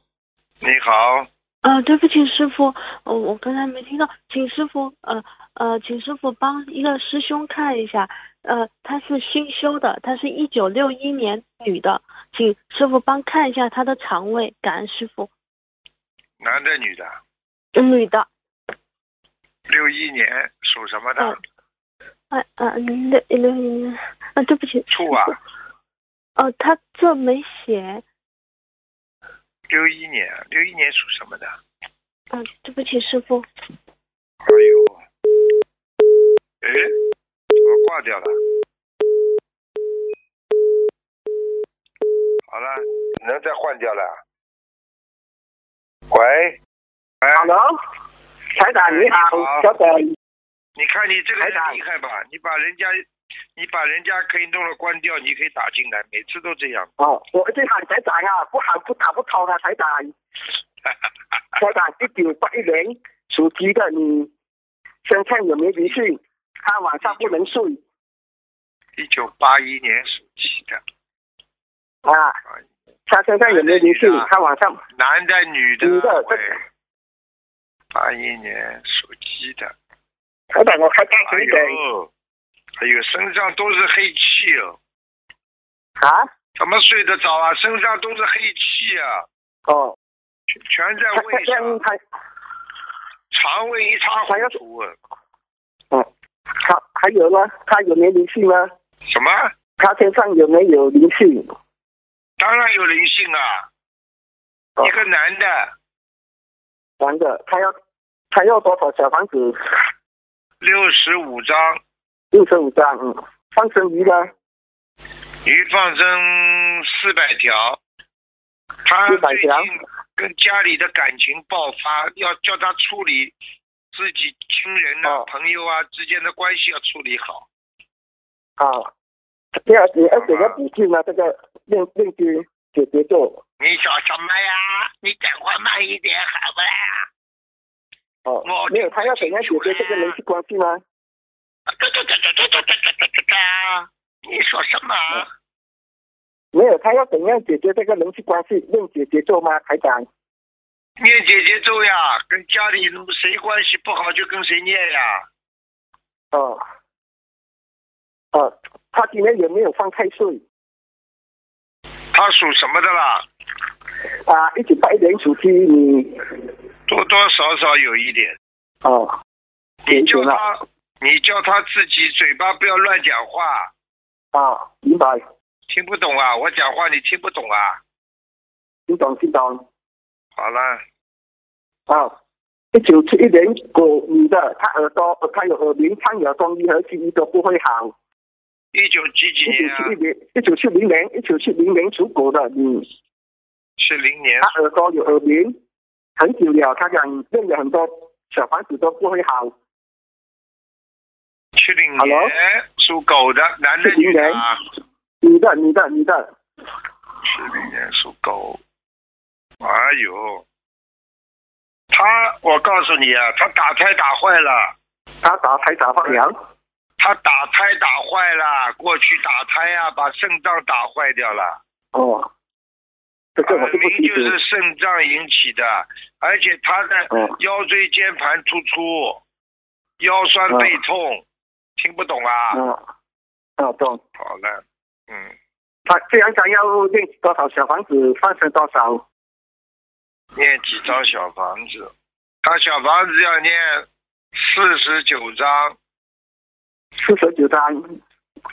Speaker 1: 你好，
Speaker 4: 呃，对不起，师傅，呃我刚才没听到，请师傅，呃呃，请师傅帮一个师兄看一下，呃，他是新修的，他是一九六一年女的，请师傅帮看一下她的肠胃，感恩师傅，
Speaker 1: 男的女的？
Speaker 4: 女的，
Speaker 1: 六一年属什么的
Speaker 4: 嗯？哎呃，六六一年，啊、对不起，
Speaker 1: 兔啊，
Speaker 4: 呃，他这没写，
Speaker 1: 六一年，六一年属什么的？
Speaker 4: 嗯、对不起，师傅，
Speaker 1: 哎呦，哎，怎么挂掉了？好了，能再换掉了？喂，哎喂，
Speaker 2: Hello，台长你好
Speaker 1: 哎你好，
Speaker 2: 小北，
Speaker 1: 你看你这个
Speaker 2: 台
Speaker 1: 人
Speaker 2: 长
Speaker 1: 厉害吧？你把人家，你把人家可以弄了关掉，你可以打进来，每次都这样。
Speaker 2: 哦，我这喊台长啊，不喊不打不通啊，
Speaker 1: *laughs*
Speaker 2: 台长。台长，一九八一年属鸡的你，身上有没有灵性？他啊晚上不能睡
Speaker 1: 一九八一年属鸡的，
Speaker 2: 啊，他身上有没有灵性
Speaker 1: 哎哎呀？
Speaker 2: 他啊晚上
Speaker 1: 男的女的？
Speaker 2: 女的
Speaker 1: 喂，八一年属鸡的。
Speaker 2: 台长，我看看
Speaker 1: 哎
Speaker 2: 谁给
Speaker 1: 呦，哎呦，身上都是黑气哦，
Speaker 2: 啊？
Speaker 1: 啊怎么睡得着啊？身上都是黑气啊，
Speaker 5: 哦，
Speaker 1: 全全在
Speaker 5: 他
Speaker 1: 胃
Speaker 5: *laughs* 他
Speaker 1: 上，
Speaker 5: 他
Speaker 1: 肠胃一塌糊涂。啊
Speaker 5: 他还有呢？他有没有灵性呢？
Speaker 1: 什么？
Speaker 5: 他身上有没有灵性？
Speaker 1: 当然有灵性啊！
Speaker 5: 哦
Speaker 1: 一个男的，
Speaker 5: 男的，他要他要多少小房子？
Speaker 1: 六十五张，
Speaker 5: 六十五张，嗯，放生鱼呢？
Speaker 1: 鱼放生四百条。他
Speaker 5: 400
Speaker 1: 最近
Speaker 5: 条
Speaker 1: 跟家里的感情爆发，要叫他处理自己亲人啊、
Speaker 5: 哦
Speaker 1: 朋友啊之间的关系要处理好。
Speaker 5: 啊，第二节而且要补救呢，这个练练句解节奏。
Speaker 1: 你讲什么呀？你讲话慢一点好不啦？
Speaker 5: 哦
Speaker 1: 我，
Speaker 5: 没有，他要怎样解决这个人际关系呢？
Speaker 1: 哒哒哒哒哒哒哒哒哒哒！你说什么？
Speaker 5: 没有，他要怎样解决这个人际关系？练解节奏吗？台长？
Speaker 1: 念姐姐咒呀，跟家里谁关系不好就跟谁念呀。
Speaker 5: 哦，哦，他今天有没有放太岁？
Speaker 1: 他属什么的啦？
Speaker 5: 啊，一九八一年属鸡，你
Speaker 1: 多多少少有一点。
Speaker 5: 哦，
Speaker 1: 你
Speaker 5: 点
Speaker 1: 叫
Speaker 5: 点了
Speaker 1: 他，你叫他自己嘴巴不要乱讲话，
Speaker 5: 啊，明白，
Speaker 1: 听不懂啊？我讲话你听不懂啊？
Speaker 5: 听懂听懂
Speaker 1: 好了，
Speaker 5: 啊。一九七一年狗女的，她耳朵呃她有耳鸣，唱有中医和西医都不会好。
Speaker 1: 一九几几
Speaker 5: 一九
Speaker 1: 年啊
Speaker 5: 七一？年，一九七零年，一九七零年属狗的，嗯，
Speaker 1: 是零年
Speaker 5: 她。耳朵有耳鸣，很久了，她讲认了很多小房子都不会好。
Speaker 1: 七零
Speaker 5: Hello？
Speaker 1: 年属狗的，男的
Speaker 5: 70
Speaker 1: 女的啊？
Speaker 5: 女的，女的，女的，
Speaker 1: 七零年属狗。哎呦，他，我告诉你啊，他打胎打坏了，
Speaker 5: 她打才打放羊。
Speaker 1: 他打胎打坏了，过去打胎啊，把肾脏打坏掉了。
Speaker 5: 哦，这个我
Speaker 1: 耳
Speaker 5: 就不
Speaker 1: 鸣
Speaker 5: 清
Speaker 1: 就
Speaker 5: 楚。
Speaker 1: 是肾脏引起的，而且他的
Speaker 5: 嗯
Speaker 1: 腰椎间盘突出，腰酸背痛，听不懂啊？
Speaker 5: 嗯，啊，懂。
Speaker 1: 好了，嗯，
Speaker 5: 她这样想要练多少小房子，放生多少？
Speaker 1: 念几张小房子？他小房子要念四十九张，
Speaker 5: 四十九张，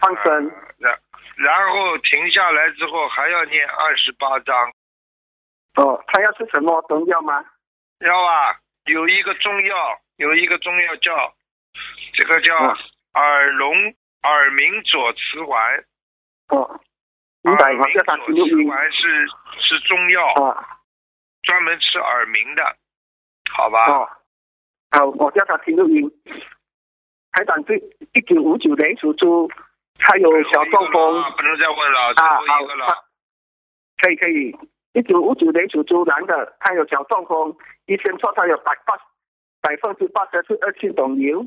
Speaker 5: 放生。
Speaker 1: 呃然然后停下来之后还要念二十八张，
Speaker 5: 哦，他要吃什么中药吗？
Speaker 1: 要啊，有一个中药，有一个中药叫这个叫
Speaker 5: 嗯
Speaker 1: 耳聋耳鸣左慈丸。
Speaker 5: 哦，明白，我
Speaker 1: 耳
Speaker 5: 叫他
Speaker 1: 鸣
Speaker 5: 吃六嗯
Speaker 1: 左啊吃
Speaker 5: 音。
Speaker 1: 丸是是中药，
Speaker 5: 哦
Speaker 1: 专门吃耳鸣的，好吧？
Speaker 5: 哦，好，我叫他听录音。台长是一九五九年属猪，他有
Speaker 1: 最后
Speaker 5: 小
Speaker 1: 一个
Speaker 5: 中风
Speaker 1: 了啊不能再问了，最
Speaker 5: 啊，
Speaker 1: 后一
Speaker 5: 好
Speaker 1: 个，
Speaker 5: 他
Speaker 1: 了。
Speaker 5: 可以可以。一九五九年属猪男的，他有小中风，医生说他有百八百分之八十是恶性肿瘤，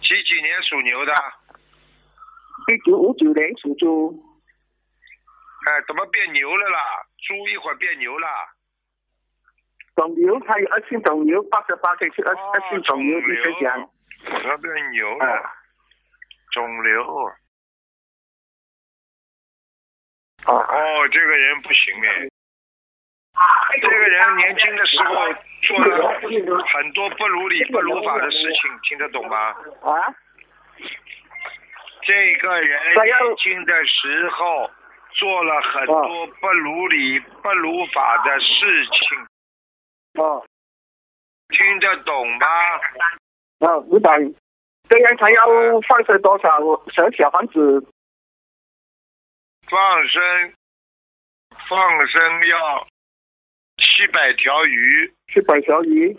Speaker 1: 几几年属牛的？
Speaker 5: 一九五九年属猪。
Speaker 1: 哎，怎么变牛了啦？猪一会儿变牛了。
Speaker 5: 肿瘤，他有恶性肿瘤，八十八岁是恶
Speaker 1: 哦
Speaker 5: 恶性肿瘤，医生讲，
Speaker 1: 怎么变牛
Speaker 5: 啊
Speaker 1: 了？肿瘤。
Speaker 5: 啊，
Speaker 1: 哦，这个人不行哎，这个人年轻的时候
Speaker 5: 啊
Speaker 1: 做了很多不如理、不如法的事情，听得懂吗？
Speaker 5: 啊，
Speaker 1: 这个人
Speaker 5: 那要
Speaker 1: 年轻的时候做了很多不如理、不如法的事情，
Speaker 5: 哦，
Speaker 1: 听得懂吗？
Speaker 5: 哦，明白。这样他要放生多少小小房子？
Speaker 1: 放生，放生要七百条鱼，
Speaker 5: 去百条鱼，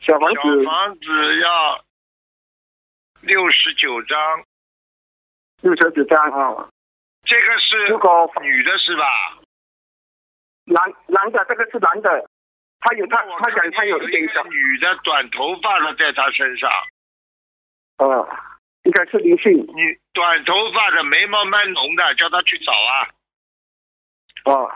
Speaker 5: 小房
Speaker 1: 小
Speaker 5: 子
Speaker 1: 房子要六十九张，
Speaker 5: 六十九张啊。
Speaker 1: 这个是
Speaker 5: 如果
Speaker 1: 女的是吧？
Speaker 5: 男男的，这个是男的，他有他他讲他有
Speaker 1: 一
Speaker 5: 点
Speaker 1: 个
Speaker 5: 小，
Speaker 1: 女的短头发的在他身上，
Speaker 5: 呃，应该是灵性
Speaker 1: 你短头发的眉毛蛮浓的，叫他去找啊。
Speaker 5: 哦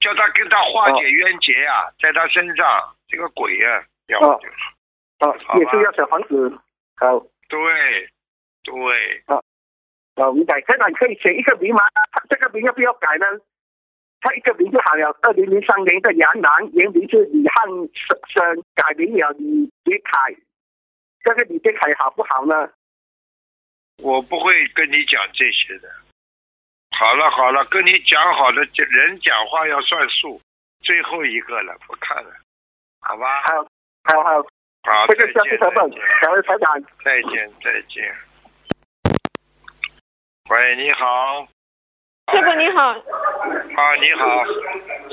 Speaker 1: 叫他跟他化解冤结呀、在他身上这个鬼呀、要
Speaker 5: 哦
Speaker 1: 就
Speaker 5: 啊哦，也是要小房子。好，
Speaker 1: 对对，
Speaker 5: 哦，明白。这样可以写一个名吗？他这个名要不要改呢？他一个名就好了。二零零三年的杨澜，原名是李汉生，改名了李杰凯。这个李杰凯好不好呢？
Speaker 1: 我不会跟你讲这些的。好了好了，跟你讲好的，这人讲话要算数。最后一个了，不看了，好吧？
Speaker 5: 好，好好，
Speaker 1: 好，
Speaker 5: 这个
Speaker 1: 再
Speaker 5: 消息
Speaker 1: 见
Speaker 5: 成本，两位台长。
Speaker 1: 再见再见。喂，你好。
Speaker 3: 师傅你好，
Speaker 1: 啊，你好，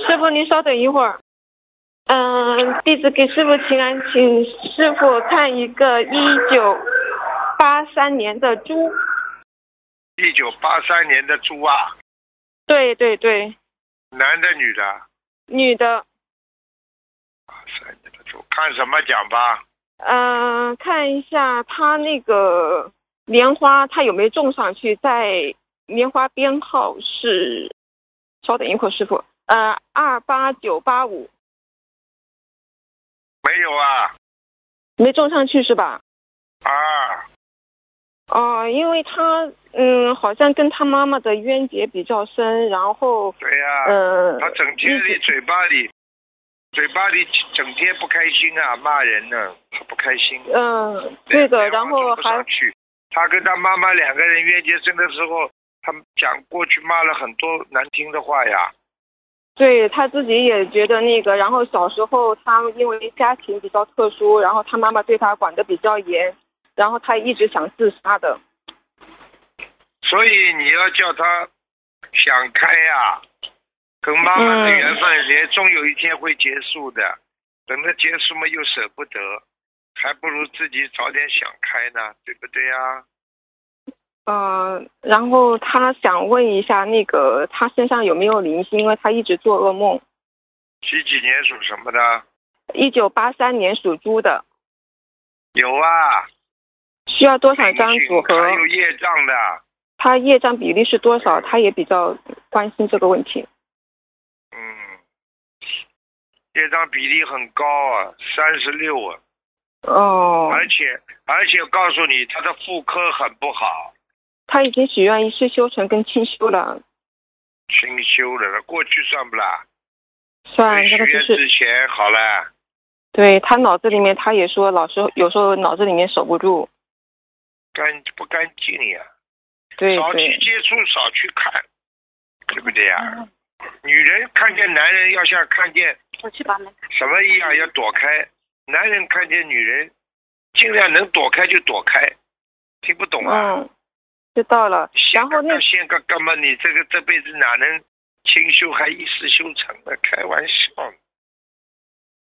Speaker 3: 师傅您稍等一会儿。嗯，弟子给师傅请安，请师傅看一个一九八三年的猪。
Speaker 1: 一九八三年的猪啊，
Speaker 3: 对对对，
Speaker 1: 男的女的？
Speaker 3: 女的。
Speaker 1: 八三年的猪，看什么讲吧？
Speaker 3: 嗯、看一下她那个莲花，她有没有种上去？在莲花编号是，稍等一会儿，师傅。呃，二八九八五
Speaker 1: 没有啊，
Speaker 3: 没种上去是吧？
Speaker 1: 啊，
Speaker 3: 哦、因为她嗯，好像跟她妈妈的冤结比较深，然后
Speaker 1: 对呀、
Speaker 3: 呃，
Speaker 1: 他整天
Speaker 3: 一
Speaker 1: 里
Speaker 3: 直
Speaker 1: 嘴巴里，嘴巴里整天不开心啊，骂人呢、他不开心。
Speaker 3: 嗯、对的，然后
Speaker 1: 种不上
Speaker 3: 还
Speaker 1: 去。他跟他妈妈两个人冤结深的时候，他们讲过去骂了很多难听的话呀。
Speaker 3: 对他自己也觉得那个，然后小时候他因为家庭比较特殊，然后他妈妈对他管得比较严，然后他一直想自杀的。
Speaker 1: 所以你要叫他想开呀、跟妈妈的
Speaker 3: 嗯
Speaker 1: 缘分也终有一天会结束的。等它结束嘛，又舍不得，还不如自己早点想开呢，对不对呀、
Speaker 3: 嗯、然后他想问一下，那个他身上有没有灵性？因为他一直做噩梦。
Speaker 1: 几几年属什么的？
Speaker 3: 一九八三年属猪的，
Speaker 1: 有啊，
Speaker 3: 需要多少张
Speaker 1: 灵性
Speaker 3: 组合？
Speaker 1: 还有业障的。
Speaker 3: 他业障比例是多少？他也比较关心这个问题。
Speaker 1: 嗯，业障比例很高啊，三十六啊，
Speaker 3: 哦，
Speaker 1: 而且而且告诉你，他的妇科很不好，
Speaker 3: 他已经许愿一世修成跟清修了，
Speaker 1: 清修了，过去算不啦？
Speaker 3: 算
Speaker 1: 许
Speaker 3: 啊那个就
Speaker 1: 愿
Speaker 3: 是
Speaker 1: 之前好了，
Speaker 3: 对他脑子里面，他也说老是有时候脑子里面守不住。
Speaker 1: 干不干净呀？
Speaker 3: 对
Speaker 1: 少去
Speaker 3: 对，
Speaker 1: 接触，少去看，对不对呀？
Speaker 3: 嗯
Speaker 1: 女人看见男人要像看见
Speaker 4: 嗯我去把门开。
Speaker 1: 什么一样要躲开，男人看见女人，尽量能躲开就躲开，听不懂啊？
Speaker 3: 嗯，知道了。然后那
Speaker 1: 现个哥们，你这个这辈子哪能清修还一世修成呢？开玩笑呢，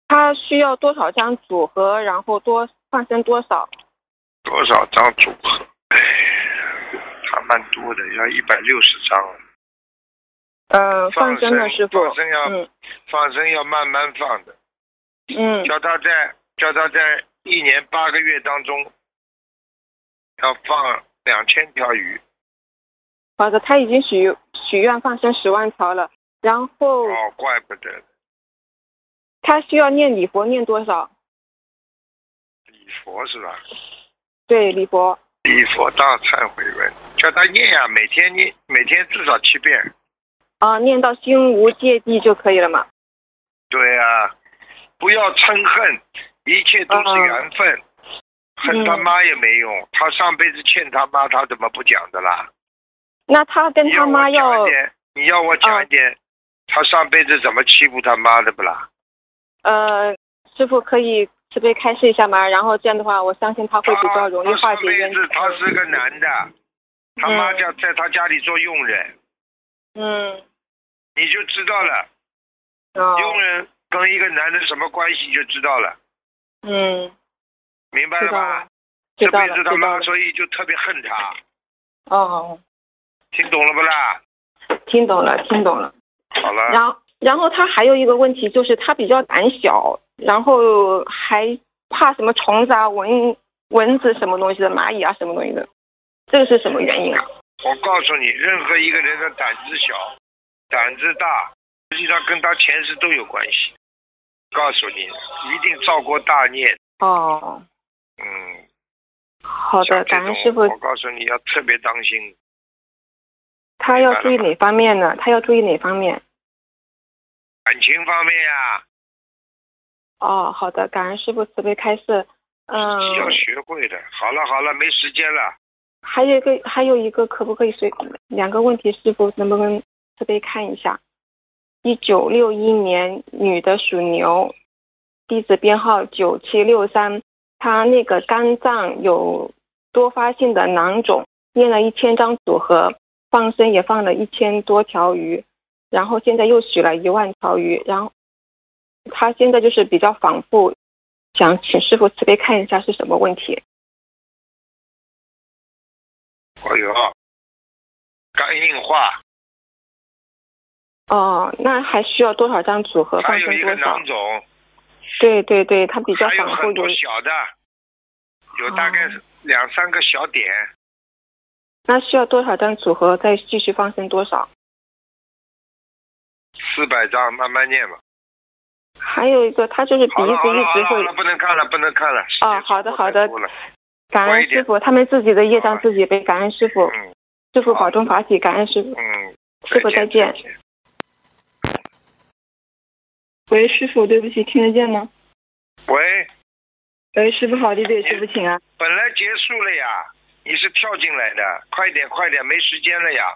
Speaker 3: 他需要多少张组合，然后多放生多少？
Speaker 1: 多少张组合？哎，还蛮多的，要一百六十张。啊
Speaker 3: 嗯，放生的师傅。
Speaker 1: 放生要、
Speaker 3: 嗯
Speaker 1: 放生要慢慢放的，
Speaker 3: 嗯
Speaker 1: 叫他在叫他在一年八个月当中要放两千条鱼。
Speaker 3: 好的，他已经许许愿放生十万条了。然后
Speaker 1: 哦，怪不得
Speaker 3: 他需要念礼佛念多少？
Speaker 1: 礼佛是吧？
Speaker 3: 对，礼佛。
Speaker 1: 礼佛大忏悔文，叫他念呀、每天念，每天至少七遍。
Speaker 3: 啊、念到心无芥蒂就可以了嘛。
Speaker 1: 对啊，不要嗔恨，一切都是
Speaker 3: 嗯
Speaker 1: 缘分。恨他妈也没用，他上辈子欠他妈，他怎么不讲的啦？
Speaker 3: 那他跟
Speaker 1: 你
Speaker 3: 他
Speaker 1: 要
Speaker 3: 妈
Speaker 1: 我
Speaker 3: 要
Speaker 1: 讲
Speaker 3: 嗯
Speaker 1: 一点，你要我讲一点，他上辈子怎么欺负他妈的不啦？
Speaker 3: 呃，师傅可以慈悲开示一下吗？然后这样的话，我相信他会
Speaker 1: 他
Speaker 3: 比较容易化
Speaker 1: 他上
Speaker 3: 解冤嗯
Speaker 1: 辈
Speaker 3: 结
Speaker 1: 子。他是个男的，他妈
Speaker 3: 嗯
Speaker 1: 家在他家里做佣人，
Speaker 3: 嗯，
Speaker 1: 你就知道了，
Speaker 3: 哦，
Speaker 1: 佣人跟一个男的什么关系就知道了，
Speaker 3: 嗯，
Speaker 1: 明白了吧？
Speaker 3: 知
Speaker 1: 这
Speaker 3: 道
Speaker 1: 辈
Speaker 3: 了，
Speaker 1: 子
Speaker 3: 知
Speaker 1: 他
Speaker 3: 道
Speaker 1: 妈
Speaker 3: 了。
Speaker 1: 所以就特别恨他，
Speaker 3: 哦，
Speaker 1: 听懂了不啦？
Speaker 3: 听懂了，听懂了。嗯
Speaker 1: 好了。
Speaker 3: 然后，然后他还有一个问题，就是他比较胆小，然后还怕什么虫子啊、蚊蚊子什么东西的、蚂蚁啊什么东西的，这个是什么原因啊？
Speaker 1: 我告诉你，任何一个人的胆子小、胆子大，实际上跟他前世都有关系。告诉你，一定造过大孽。
Speaker 3: 哦，
Speaker 1: 嗯，
Speaker 3: 好的，
Speaker 1: 像这
Speaker 3: 感
Speaker 1: 种
Speaker 3: 恩师傅
Speaker 1: 我告诉你要特别当心，
Speaker 3: 他要注意哪方面呢？他要注意哪方面？
Speaker 1: 感情方面啊呀、
Speaker 3: 哦，好的，感恩师傅慈悲开示。嗯，
Speaker 1: 要学会的。好了好了，没时间了。
Speaker 3: 还有一个，还有一个，可不可以随两个问题，师傅能不能慈悲看一下？一九六一年女的属牛，地址编号九七六三，她那个肝脏有多发性的囊肿，验了一千张组合，放生也放了一千多条鱼，然后现在又许了一万条鱼，然后她现在就是比较反复，想请师傅慈悲看一下是什么问题。
Speaker 1: 哎呦，肝硬化，
Speaker 3: 哦，那还需要多少张组合放
Speaker 1: 还有
Speaker 3: 生
Speaker 1: 一个
Speaker 3: 多少
Speaker 1: 囊？肿，
Speaker 3: 对对对，他比较
Speaker 1: 还有
Speaker 3: 反复
Speaker 1: 很
Speaker 3: 有哦
Speaker 1: 多，小的，有大概两三个小点，
Speaker 3: 那需要多少张组合再继续放生多少？
Speaker 1: 四百张，慢慢念吧。
Speaker 3: 还有一个，他就是鼻
Speaker 1: 好
Speaker 3: 子
Speaker 1: 了好了
Speaker 3: 一
Speaker 1: 好
Speaker 3: 直
Speaker 1: 了好
Speaker 3: 会
Speaker 1: 了，不能看了不能看了。时间
Speaker 3: 哦好的
Speaker 1: 差不多
Speaker 3: 好的
Speaker 1: 太多了
Speaker 3: 感
Speaker 1: 快
Speaker 3: 恩
Speaker 1: 一点
Speaker 3: 师傅，他们自己的业
Speaker 1: 好
Speaker 3: 障
Speaker 1: 吧
Speaker 3: 自己背，感恩师傅，
Speaker 1: 嗯
Speaker 3: 师傅
Speaker 1: 好
Speaker 3: 保重法体，感恩师傅，
Speaker 1: 嗯，
Speaker 3: 师傅再见。喂，师傅，对不起，听得见吗？
Speaker 1: 喂，
Speaker 3: 喂，师傅好，弟弟，师傅请啊。
Speaker 1: 本来结束了呀，你是跳进来的，快点快点，没时间了呀。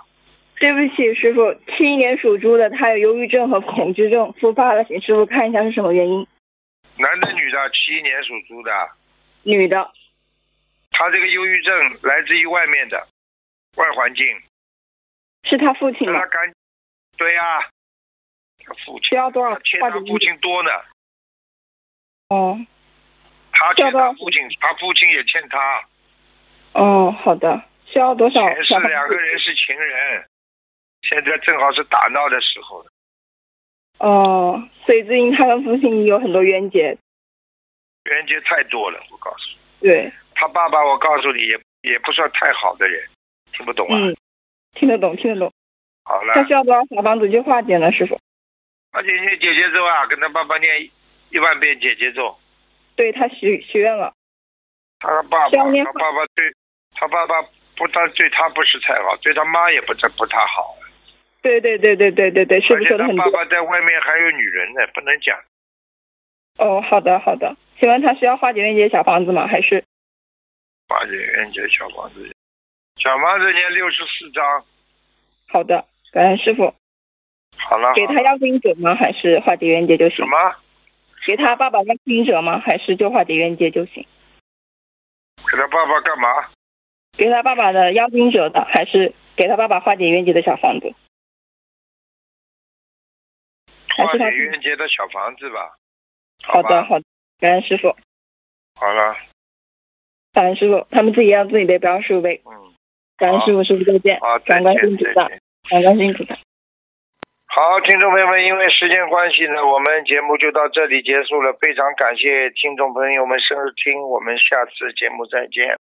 Speaker 6: 对不起，师傅，七一年属猪的，他有忧郁症和恐惧症复发了，请师傅看一下是什么原因。
Speaker 1: 男的女的，七一年属猪的，
Speaker 6: 女的，
Speaker 1: 他这个忧郁症来自于外面的外环境，
Speaker 6: 是他父亲
Speaker 1: 让
Speaker 6: 吗
Speaker 1: 他？赶，对呀、他父
Speaker 6: 需
Speaker 1: 亲，
Speaker 6: 要多少
Speaker 1: 他欠
Speaker 6: 画
Speaker 1: 他
Speaker 6: 纸
Speaker 1: 父亲多呢，
Speaker 6: 哦
Speaker 1: 他欠
Speaker 6: 要不要
Speaker 1: 他父亲，他父亲也欠他，
Speaker 6: 哦，好的，需要多少
Speaker 1: 前世
Speaker 6: 小房
Speaker 1: 两
Speaker 6: 子
Speaker 1: 个人是情人，现在正好是打闹的时候，
Speaker 6: 哦，所以最近他跟父亲有很多冤结。
Speaker 1: 冤结太多了，我告诉你，
Speaker 6: 对，
Speaker 1: 他爸爸，我告诉你也也不算太好的人，听不懂啊？
Speaker 6: 嗯，听得懂，听得懂。
Speaker 1: 好了，
Speaker 6: 他需要多少小房子就化解呢，师傅？
Speaker 1: 而且念姐姐咒啊，跟他爸爸念一一万遍姐姐咒。
Speaker 6: 对他许许愿了。
Speaker 1: 他爸爸，
Speaker 6: 需要念
Speaker 1: 他爸爸对，他爸爸不但对他不是太好，对他妈也不太不太好，
Speaker 6: 对对对对对对对，师
Speaker 1: 而
Speaker 6: 傅
Speaker 1: 且
Speaker 6: 说的
Speaker 1: 他
Speaker 6: 很
Speaker 1: 爸
Speaker 6: 对。
Speaker 1: 爸在外面还有女人呢，不能讲。
Speaker 6: 哦，好的好的。请问他需要化解冤结小房子吗？还是
Speaker 1: 八姐冤结小房子，小房子念六十四章，
Speaker 6: 好的？感恩师傅，
Speaker 1: 好了，
Speaker 6: 给
Speaker 1: 好
Speaker 6: 他
Speaker 1: 了
Speaker 6: 要经者吗？还是化解冤结就行
Speaker 1: 什？么？
Speaker 6: 给他爸爸要经者吗？还是就化解冤结就行？
Speaker 1: 给他爸爸干嘛？
Speaker 6: 给他爸爸的要经者的，还是给他爸爸化解冤结的小房子？还
Speaker 1: 化
Speaker 6: 是
Speaker 1: 解
Speaker 6: 他
Speaker 1: 冤结的小房子吧。
Speaker 6: 好
Speaker 1: 吧
Speaker 6: 的，好的，感恩师傅，
Speaker 1: 好了，
Speaker 6: 感恩师傅，他们自己要自己的，不要师傅背。
Speaker 1: 嗯，
Speaker 6: 感恩师傅，师傅再见
Speaker 1: 好，，再
Speaker 6: 感恩
Speaker 1: 见，
Speaker 6: 观世音菩
Speaker 1: 再
Speaker 6: 萨
Speaker 1: 见。，
Speaker 6: 感恩观世音菩萨。
Speaker 1: 好，听众朋友们，因为时间关系呢，我们节目就到这里结束了。非常感谢听众朋友们收听，我们下次节目再见。